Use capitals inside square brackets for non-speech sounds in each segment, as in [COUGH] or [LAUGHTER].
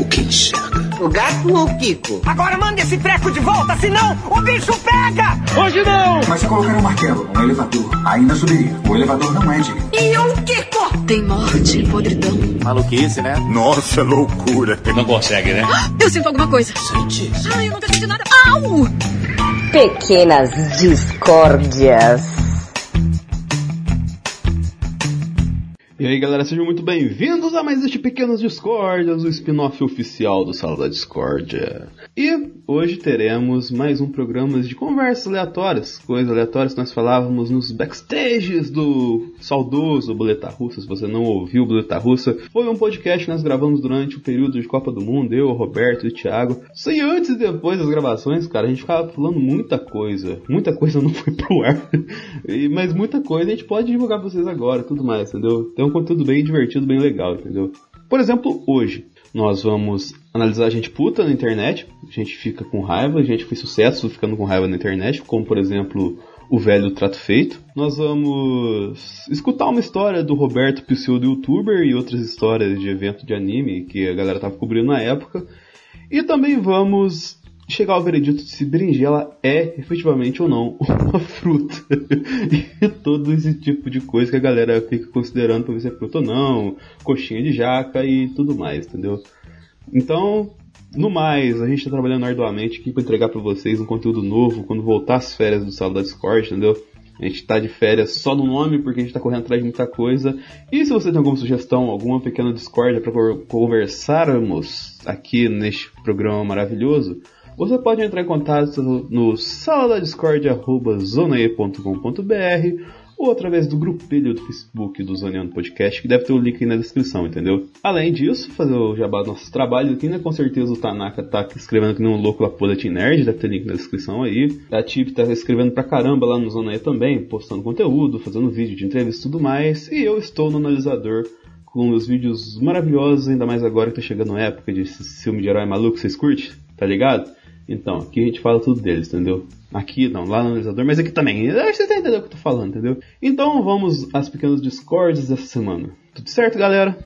enxerga. O gato ou o Kiko? Agora manda esse treco de volta, senão o bicho pega! Hoje não! Mas se colocar um martelo, um elevador, ainda subiria. O elevador não é digno. E o Kiko? Tem morte, podridão. Maluquice, né? Nossa, loucura. Não consegue, né? Eu sinto alguma coisa. Sente? Ai, eu nunca senti nada. Au! Pequenas discórdias. E aí galera, sejam muito bem-vindos a mais este Pequenos Discordias, o spin-off oficial do Sala da Discordia. E hoje teremos mais um programa de conversas aleatórias, coisas aleatórias que nós falávamos nos backstages do saudoso Boleta Russa. Se você não ouviu o Boleta Russa, foi um podcast que nós gravamos durante o período de Copa do Mundo, eu, o Roberto e o Thiago. Sem antes e depois das gravações, cara, a gente ficava falando muita coisa. Muita coisa não foi pro ar, e, mas muita coisa a gente pode divulgar pra vocês agora tudo mais, entendeu? Tem um conteúdo bem divertido, bem legal, entendeu? Por exemplo, hoje nós vamos analisar a gente puta na internet, a gente fica com raiva, a gente foi sucesso ficando com raiva na internet, como por exemplo o velho trato feito. Nós vamos escutar uma história do Roberto pseudo youtuber e outras histórias de evento de anime que a galera tava cobrindo na época. E também vamos chegar ao veredito de se berinjela é efetivamente ou não uma [LAUGHS] fruta. e todo esse tipo de coisa que a galera fica considerando para ver se é fruta ou não, coxinha de jaca e tudo mais, entendeu? Então, no mais, a gente está trabalhando arduamente aqui para entregar para vocês um conteúdo novo quando voltar as férias do Sala da Discord, entendeu? A gente tá de férias só no nome, porque a gente tá correndo atrás de muita coisa. E se você tem alguma sugestão, alguma pequena discórdia para conversarmos aqui neste programa maravilhoso, você pode entrar em contato no saladadiscord.zonae.com.br ou através do grupilho do Facebook do Zoneando Podcast, que deve ter o link aí na descrição, entendeu? Além disso, fazer o jabá do nosso trabalho aqui, né? Com certeza o Tanaka tá escrevendo que nem um louco lá pro Bulletin Nerd, deve ter link na descrição aí. A Tip tá escrevendo pra caramba lá no Zoneia também, postando conteúdo, fazendo vídeo de entrevista e tudo mais. E eu estou no analisador com meus vídeos maravilhosos, ainda mais agora que tá chegando a época de filme de herói maluco, vocês curtem? Tá ligado? Então, aqui a gente fala tudo deles, entendeu? Aqui não, lá no analisador, mas aqui também. Você tá entendendo o que eu tô falando, entendeu? Então vamos às pequenas discordes dessa semana. Tudo certo, galera?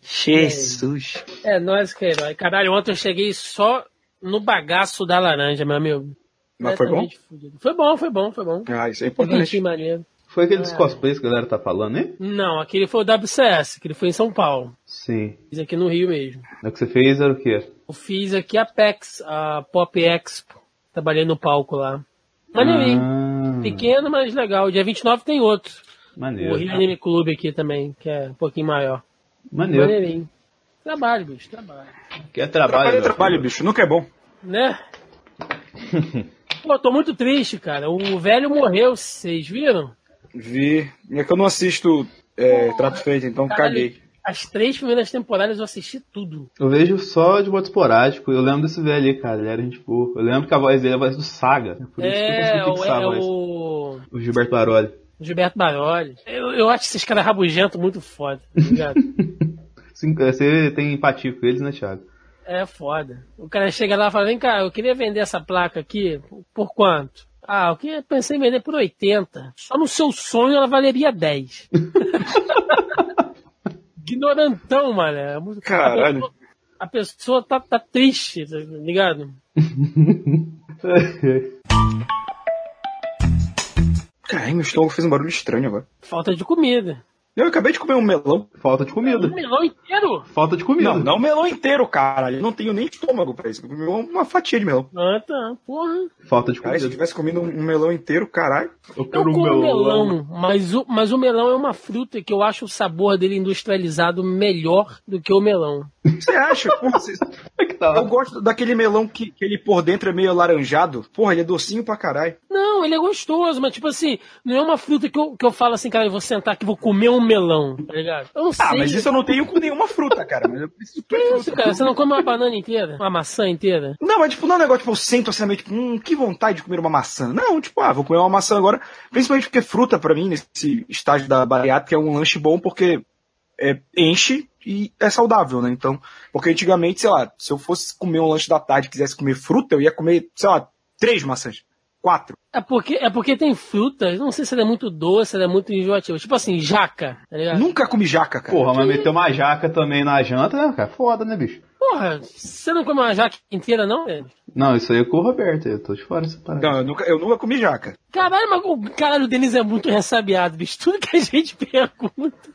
Jesus. É nós que é herói. Caralho, ontem eu cheguei só no bagaço da laranja, meu amigo. Mas foi bom? Fudido. Foi bom, foi bom, foi bom. Ah, isso é Curti, importante. maneiro. Foi aquele dos Ah. cosplays que a galera tá falando, hein? Não, aquele foi o WCS, aquele foi em São Paulo. Sim. Fiz aqui no Rio mesmo. É O que você fez era o quê? Eu fiz aqui a PEX, a Pop Expo. Trabalhei no palco lá. Maneirinho. Ah, Pequeno, mas legal. Dia 29 tem outro. O Rio Maneiro. Anime Clube aqui também, que é um pouquinho maior. Maneiro. Maneirinho. Trabalho, bicho, trabalho. Que é trabalho. Trabalho é meu trabalho, filho. bicho. Nunca é bom. [LAUGHS] Né? Pô, tô muito triste, cara. O velho morreu, vocês viram? Vi. É que eu não assisto é, Trato Feito, então caguei. As três primeiras temporadas eu assisti tudo. Eu vejo só de modo esporádico. Eu lembro desse velho aí, cara. Ele era gente boa. Eu lembro que a voz dele é a voz do Saga. É por isso que É, eu consegui o, fixar é a voz. o O Gilberto Baroli. Gilberto Baroli. Eu, eu acho esses caras rabugentos muito foda, tá ligado? Sim, é, Você tem empatia com eles, né, Thiago? É foda. O cara chega lá e fala: vem cá, eu queria vender essa placa aqui. Por quanto? Ah, eu queria, pensei em vender por 80. Só no seu sonho ela valeria 10. [LAUGHS] Ignorantão, mano. A mu- a Caralho. pessoa- A pessoa tá, tá triste, tá ligado? Caralho, meu estômago fez um barulho estranho agora. Falta de comida. Eu acabei de comer um melão. Falta de comida. Um melão inteiro? Falta de comida. Não, não um melão inteiro, caralho. Eu não tenho nem estômago pra isso. Eu comi uma fatia de melão. Ah, tá. Porra. Falta de Cara, é se eu comida. tivesse comido um melão inteiro, caralho. Eu Eu como melão, mas o, mas o melão é uma fruta que eu acho o sabor dele industrializado melhor do que o melão. Você [LAUGHS] acha? Porra, você- [LAUGHS] É que tá Eu lá. gosto daquele melão que, que ele por dentro é meio alaranjado. Porra, ele é docinho pra caralho. Não, ele é gostoso, mas tipo assim, não é uma fruta que eu, que eu falo assim, cara, eu vou sentar aqui e vou comer um melão, tá ligado? Eu não sei. Ah, mas isso é eu não tenho com nenhuma fruta, cara. Mas eu preciso de Que tudo isso, fruta. cara. Você não come uma banana inteira? Uma maçã inteira? Não, mas tipo, não é um negócio, tipo, eu sento assim, meio, tipo, hum, que vontade de comer uma maçã. Não, tipo, ah, vou comer uma maçã agora. Principalmente porque fruta, pra mim, nesse estágio da bariátrica, é um lanche bom porque é, enche e é saudável, né? Então, porque antigamente, sei lá, se eu fosse comer um lanche da tarde e quisesse comer fruta, eu ia comer, sei lá, três maçãs. Quatro. É porque, é porque tem frutas, não sei se ela é muito doce, se ela é muito enjoativa. Tipo assim, jaca, tá ligado? Nunca comi jaca, cara. Porra, mas meteu uma jaca também na janta, né, cara? Foda, né, bicho? Porra, você não come uma jaca inteira, não, velho? Não, isso aí é com o Roberto, eu tô de fora dessa parada. Não, eu nunca, eu nunca comi jaca. Caralho, mas o caralho, o Denis é muito ressabiado, bicho. Tudo que a gente [LAUGHS] pergunta.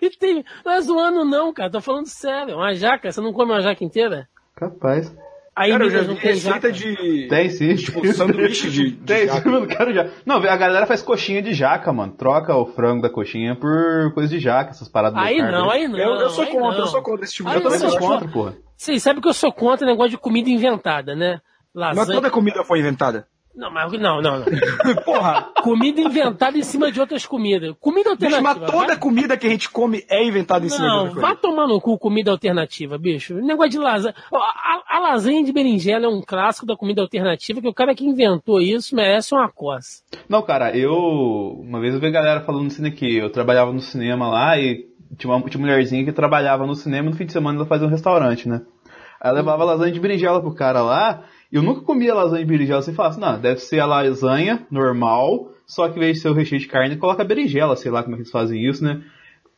Ele tem. Não é zoando, não, cara. Tô falando sério. Uma jaca, você não come uma jaca inteira? Capaz. Aí Cara, eu já Minas vi não tem é jaca. receita de. Tem sim. Tipo, sanduíche de- de Tem [LAUGHS] jaca. sim, mano, cara, já. Não, a galera faz coxinha de jaca, mano. Troca o frango da coxinha por coisa de jaca, essas paradas Aí do carne. né? não, aí não. Eu, eu sou aí contra, não. eu sou contra esse tipo de Aí é Eu também não, sou eu acho- contra, porra. Vocês sabem que eu sou contra o negócio de comida inventada, né? Lasanha. Mas toda comida foi inventada. Não, mas não, não, não. [LAUGHS] Porra, comida inventada em cima de outras comidas. Comida bicho, alternativa. mas toda vai- comida que a gente come é inventada em cima de é tipo, né? Não, outra vá coisa. tomar no cu comida alternativa, bicho. O Negócio de lasanha. Ó, A, a lasanha de berinjela é um clássico da comida alternativa que o cara que inventou isso merece uma coça. Não, cara, eu. Uma vez eu vi a galera falando no cinema que eu trabalhava no cinema lá e tinha uma, tinha uma mulherzinha que trabalhava no cinema e no fim de semana ela fazia um restaurante, né? Aí Ela levava lasanha de berinjela pro cara lá e eu nunca comia lasanha de berinjela assim falava assim, não, deve ser a lasanha normal, só que em vez de ser o recheio de carne, coloca berinjela, sei lá como é que eles fazem isso, né?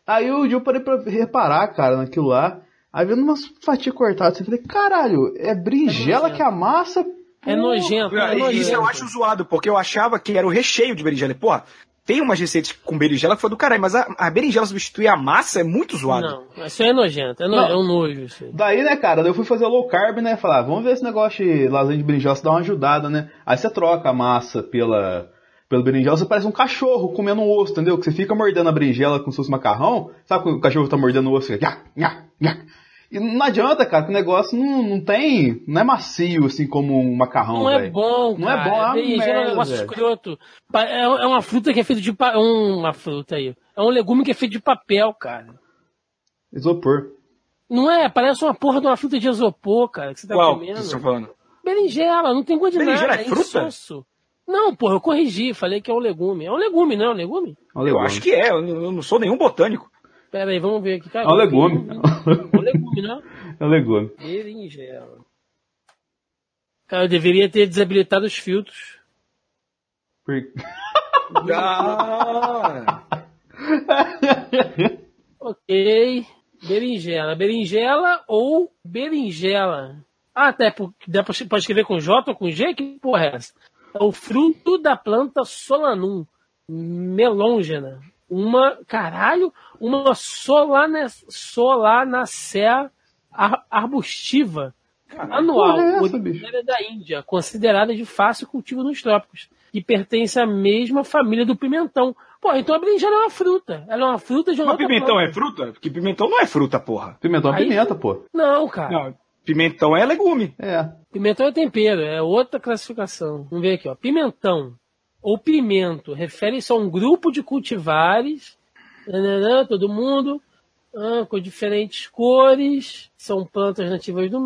Aí um dia eu parei pra reparar, cara, naquilo lá. Aí vendo umas fatias cortadas, eu falei, caralho, é berinjela que amassa? É nojento, é E Isso eu nojento. acho zoado, porque eu achava que era o recheio de berinjela. E, Porra, tem umas receitas com berinjela que foi do caralho, mas a, a berinjela substituir a massa é muito zoado. Não, isso aí é nojento. É, no- Não. é um nojo. Isso. aí. Daí, né, cara, daí eu fui fazer low carb, né? Falar, "Ah, vamos ver esse negócio de lasanha de berinjela se dá uma ajudada, né? Aí você troca a massa pela, pelo berinjela, você parece um cachorro comendo um osso, entendeu? Que você fica mordendo a berinjela como se fosse macarrão, sabe quando o cachorro tá mordendo o osso? Fica, nhá, nhá, nhá. E não adianta, cara, que o negócio não, não tem. Não é macio, assim, como um macarrão, Não, é velho. bom, Não é cara. bom, é uma Berinjela é um merda, negócio velho. escroto. Pa- É é uma fruta que é feita de pa... é uma fruta aí. É um legume que é feito de papel, cara. Isopor. Não é? Parece uma porra de uma fruta de isopor, cara, que você tá Qual que comendo. vocês é um estão falando? Berinjela, não tem gosto de Berinjela nada. é fruta? insosso. Não, porra, eu corrigi, falei que é um legume. É um legume, não é um legume? É um Eu legume. acho que é, eu não eu não sou [LAUGHS] nenhum botânico. Pera aí, vamos ver aqui. Cara, É um [LAUGHS] legume. É um legume, não é? É um legume. Berinjela. Cara, eu deveria ter desabilitado os filtros. Por- Ah, Ok. Berinjela. Berinjela ou berinjela? Ah, até dá pra, pode escrever com J ou com G? Que porra é essa? É o fruto da planta solanum. Melongena. Uma, caralho, uma solana, solanacea ar- arbustiva. anual, porra é essa, originária da Índia, considerada de fácil cultivo nos trópicos, e pertence à mesma família do pimentão. Pô, então a berinjela é uma fruta. Ela é uma fruta de uma mas outra pimentão planta. é fruta? Porque pimentão não é fruta, porra. Pimentão é Aí- pimenta, pô. Não, cara. Não, pimentão é legume. É. Pimentão é tempero, é outra classificação. Vamos ver aqui, ó. Pimentão ou pimento refere-se a um grupo de cultivares, nananã, todo mundo, ah, com diferentes cores, são plantas nativas do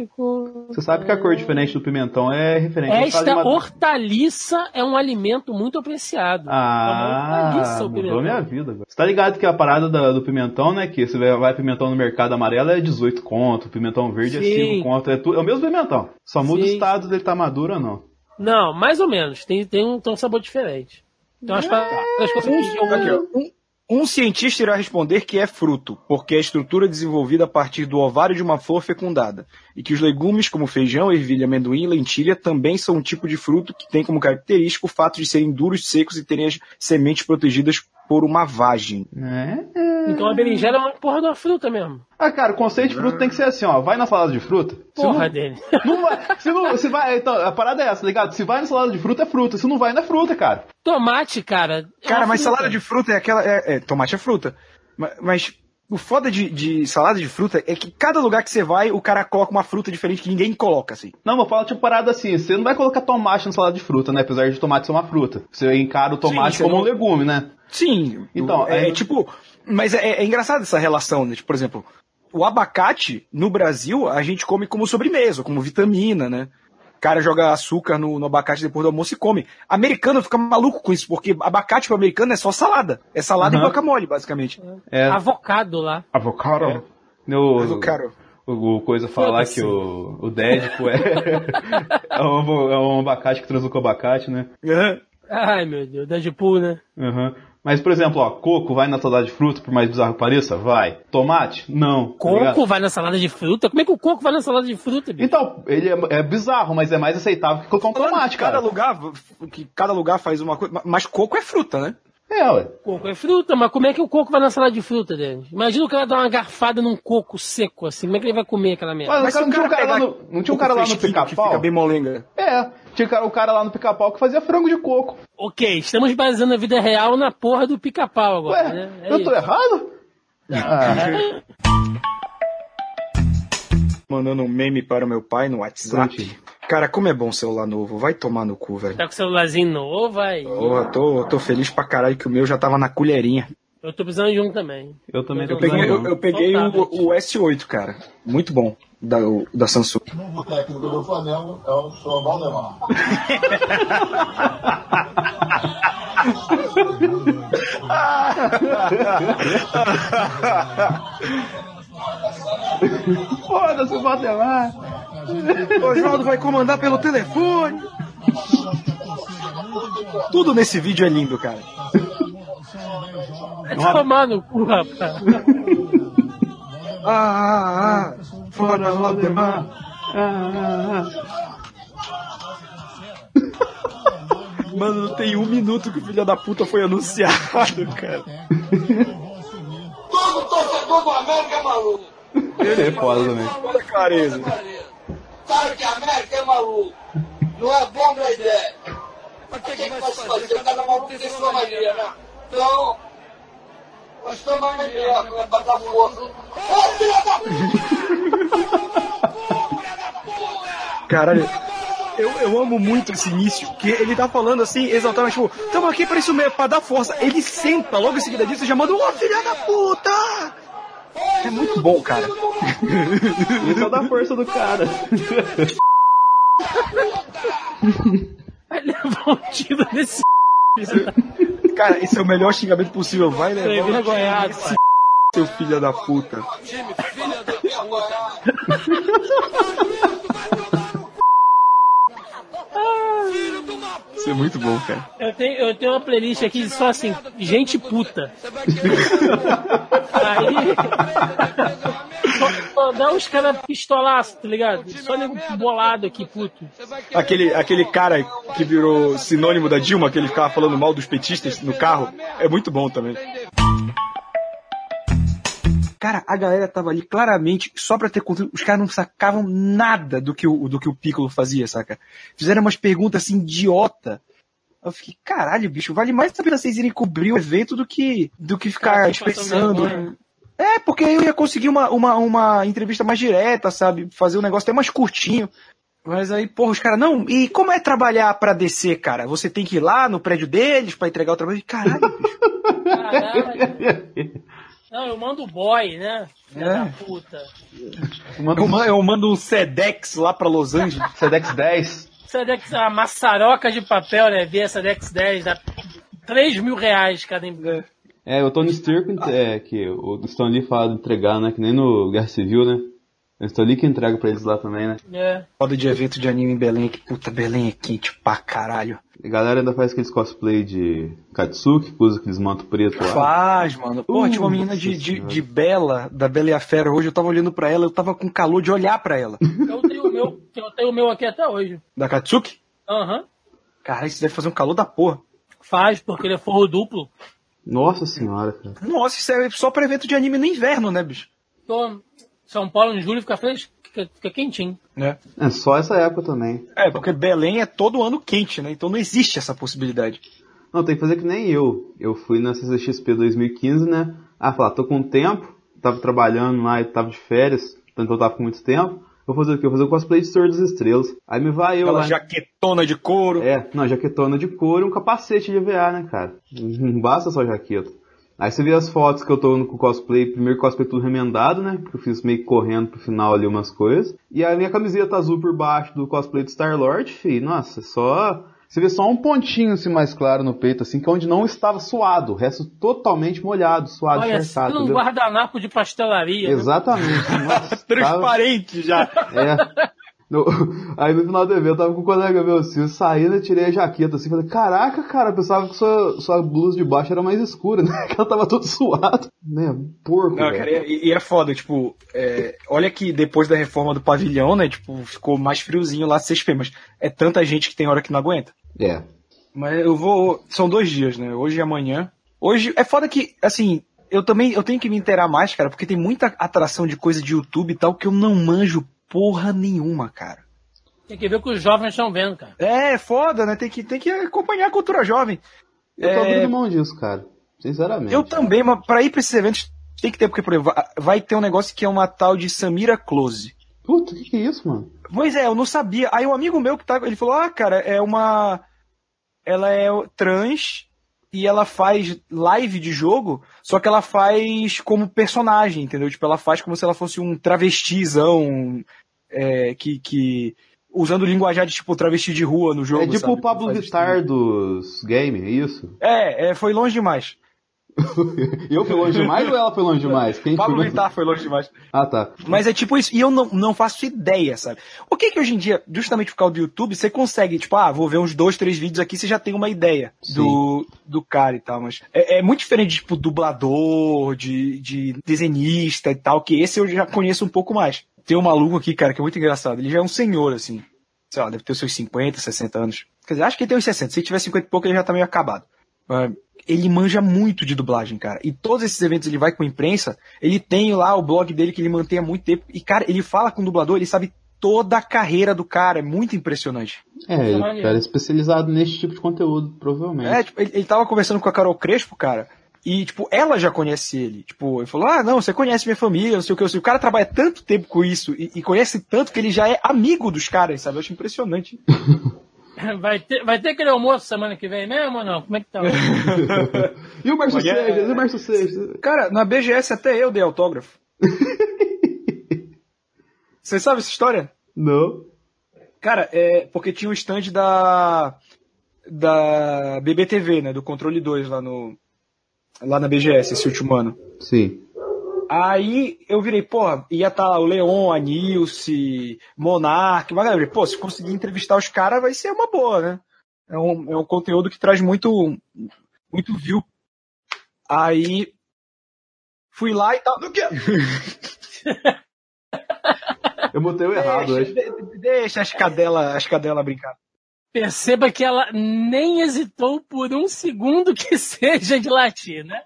México. Você sabe que a cor diferente do pimentão é referente à fase de Ah. Esta madura. hortaliça é um alimento muito apreciado. Ah. é uma Ah, hortaliça o mudou pimentão. minha vida. agora. Você tá ligado que a parada da- do pimentão, né? Que você vai, vai pimentão no mercado amarelo é 18 conto, pimentão verde é Sim. 5 conto, é, tu, é o mesmo pimentão. Só muda o Sim. estado dele tá maduro ou não. Não, mais ou menos. Tem, tem, um, tem um sabor diferente. Então as, pa- as coisas que eu- Ah. Aqui, ó. Um- Um cientista irá responder que é fruto, porque é a estrutura desenvolvida a partir do ovário de uma flor fecundada, e que os legumes, como feijão, ervilha, amendoim e lentilha, também são um tipo de fruto que tem como característico o fato de serem duros, secos e terem as sementes protegidas por uma vagem. É. Então a berinjela é uma porra de uma fruta mesmo. Ah, cara, o conceito de fruta tem que ser assim, ó. Vai na salada de fruta. se Porra não- dele. não, vai, se não, se vai, então, a parada é essa, ligado? Se vai na salada de fruta, é fruta. Se não vai, não é fruta, cara. Tomate, cara. é Cara, uma mas fruta. salada de fruta é aquela. É, é, tomate é fruta. Ma- Mas, o foda de, de salada de fruta é que cada lugar que você vai, o cara coloca uma fruta diferente que ninguém coloca, assim. Não, vou falar tipo parada assim, você não vai colocar tomate na salada de fruta, né? Apesar de tomate ser uma fruta. Você encara o tomate você como um não- legume, né? Sim. Então, é, aí- tipo. Mas é, é engraçado essa relação, né? Tipo, por exemplo, o abacate, no Brasil, a gente come como sobremesa, como vitamina, né? O cara joga açúcar no, no abacate depois do almoço e come. Americano fica maluco com isso, porque abacate pro americano é só salada. É salada Uhum. e guacamole, basicamente. É. Avocado lá. É, Avocado. No, Mas o cara. o, o Coisa falar Foda-se. que o, o Deadpool [LAUGHS] é, é, um, é um abacate que transou com abacate, né? Ai, meu Deus, Deadpool, né? Uhum. Mas, por exemplo, ó, coco vai na salada de fruta, por mais bizarro que pareça? Vai. Tomate? Não. tá ligado? Coco vai na salada de fruta? Como é que o coco vai na salada de fruta, bicho? Então, ele é, é bizarro, mas é mais aceitável que colocar um tomate, cada cara. lugar, que cada lugar faz uma coisa. ma- Mas coco é fruta, né? É, ué. Coco é fruta, mas como é que o coco vai na salada de fruta, Denis? Imagina o cara dar uma garfada num coco seco, assim. Como é que ele vai comer aquela merda? Mas, se cara, não tinha um cara lá pegar no, não tinha um coco cara lá no fresquinho, Que pica-pau? fica bem molenga. É, tinha cara- o cara lá no pica-pau que fazia frango de coco. Ok, estamos baseando a vida real na porra do pica-pau agora, Ué, né? É eu isso. tô errado? Ah, Mandando um meme para o meu pai no WhatsApp. Cara, como é bom o celular novo. Vai tomar no cu, velho. Tá com o celularzinho novo, vai. Porra, tô, tô feliz pra caralho que o meu já tava na colherinha. Eu tô precisando de um também. eu também tô Eu peguei, eu- eu peguei Só o, tablet. o S8, cara. Muito bom. Da, o- da Samsung. novo técnico do Flamengo é o João Valdemar. Foda-se, bota lá. O Jornaldo vai comandar pelo telefone. Tudo nesse vídeo é lindo, cara. É tomar no cu, rapaz. [LAUGHS] Ah, ah, ah. Fora Valdemar. Ah, Mano, não tem um minuto que o filho da puta foi anunciado, cara. Todo torcedor do América é maluco. Ele é foda também. Olha a clareza. Sabe que a América é maluco. Não é bom pra ideia. Mas o que, que, vai se fazer? Cada maluco tem sua mania, né? Então, nós estamos aí, ó, com a Botafogo. Ô, filha da Caralho. Eu, eu amo muito esse início, que ele tá falando assim, exaltamente, tipo, tamo aqui pra isso mesmo, pra dar força. Ele senta logo em seguida disso e já manda, ô filha da puta! É muito bom, cara. Isso é da força do cara. Vai levar um tiro nesse Cara, esse é o melhor xingamento possível. Vai É c... levar o envergonhado. pai. seu filho da puta. Isso é muito bom, cara. Eu tenho, eu tenho uma playlist aqui de só assim, gente puta. Aí. Só só [LAUGHS] dá uns caras pistolaço, tá ligado? Só nego bolado aqui, puto. Aquele, aquele cara que virou sinônimo da Dilma, que ele ficava falando mal dos petistas no carro, é muito bom também. Cara, a galera tava ali claramente só pra ter conteúdo. Os caras não sacavam nada do que o, do que o Piccolo fazia, saca? Fizeram umas perguntas assim, idiota. Eu fiquei, caralho, bicho, vale mais a pena vocês irem cobrir o evento do que, do que Cara, tô ficar passando vergonha. dispensando. É, porque eu ia conseguir uma, uma, uma entrevista mais direta, sabe? Fazer um negócio até mais curtinho. Mas aí, porra, os caras, não, e como é trabalhar pra descer, cara? Você tem que ir lá no prédio deles pra entregar o trabalho? Caralho, bicho. Caralho. Não, eu mando o boy, né? Filha É. da puta. [LAUGHS] Eu mando, eu mando um Sedex lá pra Los Angeles. Sedex 10. Sedex, a maçaroca de papel, né? Via Sedex 10, dá 3 mil reais cada em- É, o Tony Stirk, é, que o Stan Lee fala de entregar, né? Que nem no Guerra Civil, né? O Stan Lee que entrega pra eles lá também, né? né? Foda de evento de anime em Belém, que puta, Belém é quente pra caralho. A galera ainda faz aqueles cosplay de Katsuki, que usa aqueles manto preto lá. Faz, mano. Pô, tinha uma Uh, menina de, de, de Bela, da Bela e a Fera, hoje eu tava olhando pra ela, eu tava com calor de olhar pra [LAUGHS] ela. Eu tenho o meu, eu tenho o meu aqui até hoje. Da Katsuki? Aham. Caralho, isso deve fazer um calor da porra. Faz, porque ele é forro duplo. Nossa senhora, cara. Nossa, isso é só pra evento de anime no inverno, né, bicho? Então, São Paulo, em julho, fica fresco, fica, fica quentinho. É. É só essa época também. É, porque Belém é todo ano quente, né? Então não existe essa possibilidade. Não, tem que fazer que nem eu. Eu fui na CCXP 2015, né? Ah, falar, tô com tempo, tava trabalhando lá e tava de férias, então eu tava com muito tempo. Vou fazer o quê? Vou fazer o cosplay de Senhor das Estrelas. Aí me vai eu Aquela lá. jaquetona de couro. É, não, jaquetona de couro e um capacete de EVA, né, cara? Não basta só jaqueta. Aí você vê as fotos que eu tô com o cosplay, primeiro cosplay tudo remendado, né? Porque eu fiz meio que correndo pro final ali umas coisas. E a minha camiseta azul por baixo do cosplay do Star-Lord, fi, nossa, só Você vê só um pontinho assim mais claro no peito, assim, que é onde não estava suado, o resto totalmente molhado, suado, Olha, encharcado. um entendeu? guardanapo de pastelaria. né? Exatamente. Nossa, tava- [LAUGHS] Transparente já. é. No- aí no final do evento, eu tava com um colega meu assim, eu saí, né, tirei a jaqueta assim, falei, caraca, cara, eu pensava que sua, sua blusa de baixo era mais escura, né? [LAUGHS] Que ela tava toda suada, né? Porco. Não, velho. cara, e, e é foda, tipo, é, olha que depois da reforma do pavilhão, né, tipo, ficou mais friozinho lá, CSP, mas é tanta gente que tem hora que não aguenta. É. Mas eu vou, são dois dias, né, hoje e amanhã. Hoje, é foda que, assim, eu também, eu tenho que me inteirar mais, cara, porque tem muita atração de coisa de YouTube e tal que eu não manjo porra nenhuma, cara. Tem que ver o que os jovens estão vendo, cara. [COUGHS] É, é foda, né, tem que, tem que acompanhar a cultura jovem. Eu tô É. abrindo mão disso, cara. Sinceramente. Eu também, mas pra ir pra esses eventos tem que ter, porque, por exemplo, va- vai ter um negócio que é uma tal de Samira Close. Puta, o que, que é isso, mano? Pois é, eu não sabia. Aí um amigo meu que tá. Ele falou: Ah, cara, é uma. Ela é trans e ela faz live de jogo, só que ela faz como personagem, entendeu? Tipo, ela faz como se ela fosse um travestizão é, que, que. Usando linguajar de tipo travesti de rua no jogo. é tipo sabe? o Pablo Faz- Vittar dos game, é isso? É, é, foi longe demais. Eu fui longe demais ou ela foi longe demais? Quem foi Pablo longe- Vittar foi longe demais. Ah, tá. Mas é tipo isso, e eu não, não faço ideia, sabe? O que que hoje em dia, justamente por causa do YouTube, você consegue, tipo, ah, vou ver uns dois, três vídeos aqui, você já tem uma ideia Sim. do, do cara e tal, mas é, é muito diferente, tipo, dublador, de, de desenhista e tal, que esse eu já conheço um pouco mais. Tem um maluco aqui, cara, que é muito engraçado, ele já é um senhor, assim, sei lá, deve ter os seus 50, 60 anos. Quer dizer, acho que ele tem uns 60, se tiver 50 e pouco ele já tá meio acabado. Ah, Ele manja muito de dublagem, cara. E todos esses eventos ele vai com a imprensa, ele tem lá o blog dele que ele mantém há muito tempo. E, cara, ele fala com o dublador, ele sabe toda a carreira do cara. É muito impressionante. É, ele Caralho. era especializado nesse tipo de conteúdo, provavelmente. É, tipo, ele, ele tava conversando com a Carol Crespo, cara. E, tipo, ela já conhece ele. Tipo, ele falou: Ah, não, você conhece minha família, não sei o que. eu sei. O cara trabalha tanto tempo com isso e, e conhece tanto que ele já é amigo dos caras, sabe? Eu acho impressionante. Vai ter, vai ter aquele almoço semana que vem mesmo ou não? Como é que tá? E o Márcio Mas é- Seixas, e o Márcio Seixas? Cara, na BGS até eu dei [LAUGHS] autógrafo. Você sabe essa história? Não. Cara, é porque tinha o stand da da BBTV, né, do controle 2 lá no lá na BGS esse último ano. Sim. Aí eu virei, porra, ia estar lá o Leon, a Nilce, Monark, uma galera. Eu falei, Pô, se conseguir entrevistar os caras vai ser uma boa, né? É um, é um conteúdo que traz muito muito view. Aí fui lá e tal. Do que? Eu botei o errado Deixa, hoje. de- deixa as cadelas as cadela brincar. Perceba que ela nem hesitou por um segundo que [LAUGHS] seja de latir, né?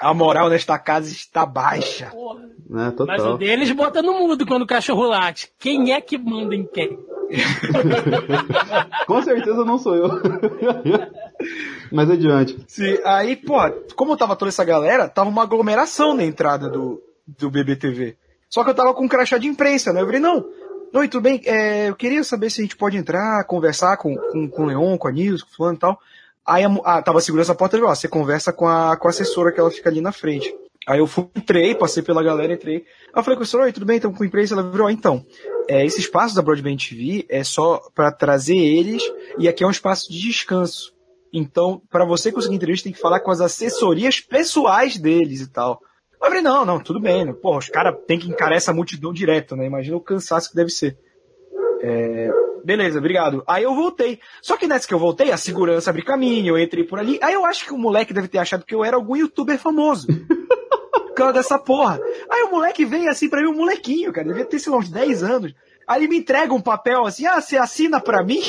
A moral nesta casa está baixa. Porra. Né, Mas o total. deles bota no mudo quando o cachorro late. Quem é que manda em quem? Com certeza não sou eu. Mas adiante. Sim, aí, porra, como tava toda essa galera, tava uma aglomeração na entrada do, do BBTV. Só que eu tava com um crachá de imprensa, né? Eu falei, não, não, e tudo bem, é, eu queria saber se a gente pode entrar, conversar com, com, com o Leon, com a Nils, com o fulano e tal. Aí a, mo- ah, tava segurando essa porta, ele falou, ó, você conversa com a, com a assessora que ela fica ali na frente. Aí eu fui, entrei, passei pela galera, entrei. Aí eu falei com a assessora, oi, tudo bem, estamos com a imprensa? Ela virou, ó, então, é, esse espaço da Broadband TV é só pra trazer eles, e aqui é um espaço de descanso. Então, pra você conseguir entrevista, tem que falar com as assessorias pessoais deles e tal. Eu falei, não, não, tudo bem. Né? Porra, os caras têm que encarar essa multidão direto, né? Imagina o cansaço que deve ser. É, Beleza, obrigado. Aí eu voltei. Só que nessa que eu voltei, a segurança abriu caminho, eu entrei por ali. Aí eu acho que o moleque deve ter achado que eu era algum youtuber famoso. Por causa dessa porra. Aí o moleque vem assim pra mim, um molequinho, cara. Devia ter, sei lá, uns 10 anos. Aí ele me entrega um papel assim, ah, você assina pra mim?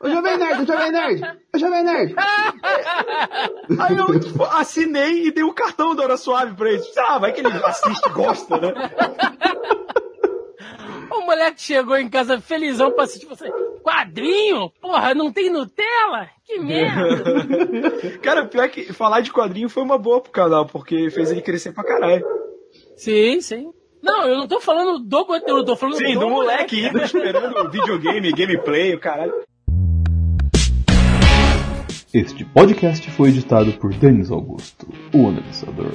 Ô Jovem Nerd, ô Jovem Nerd! Ô Jovem Nerd! Aí eu tipo, assinei e dei o cartão da Hora Suave pra ele. Ah, vai que ele assiste e gosta, né? O moleque chegou em casa felizão pra assistir você. Quadrinho? Porra, não tem Nutella? Que merda! Cara, pior é que falar de quadrinho foi uma boa pro canal, porque fez ele crescer pra caralho. sim, sim. Não, eu não tô falando do conteúdo, eu tô falando Sim, do moleque ainda esperando videogame, gameplay, o caralho. Este podcast foi editado por Denis Augusto, o analisador.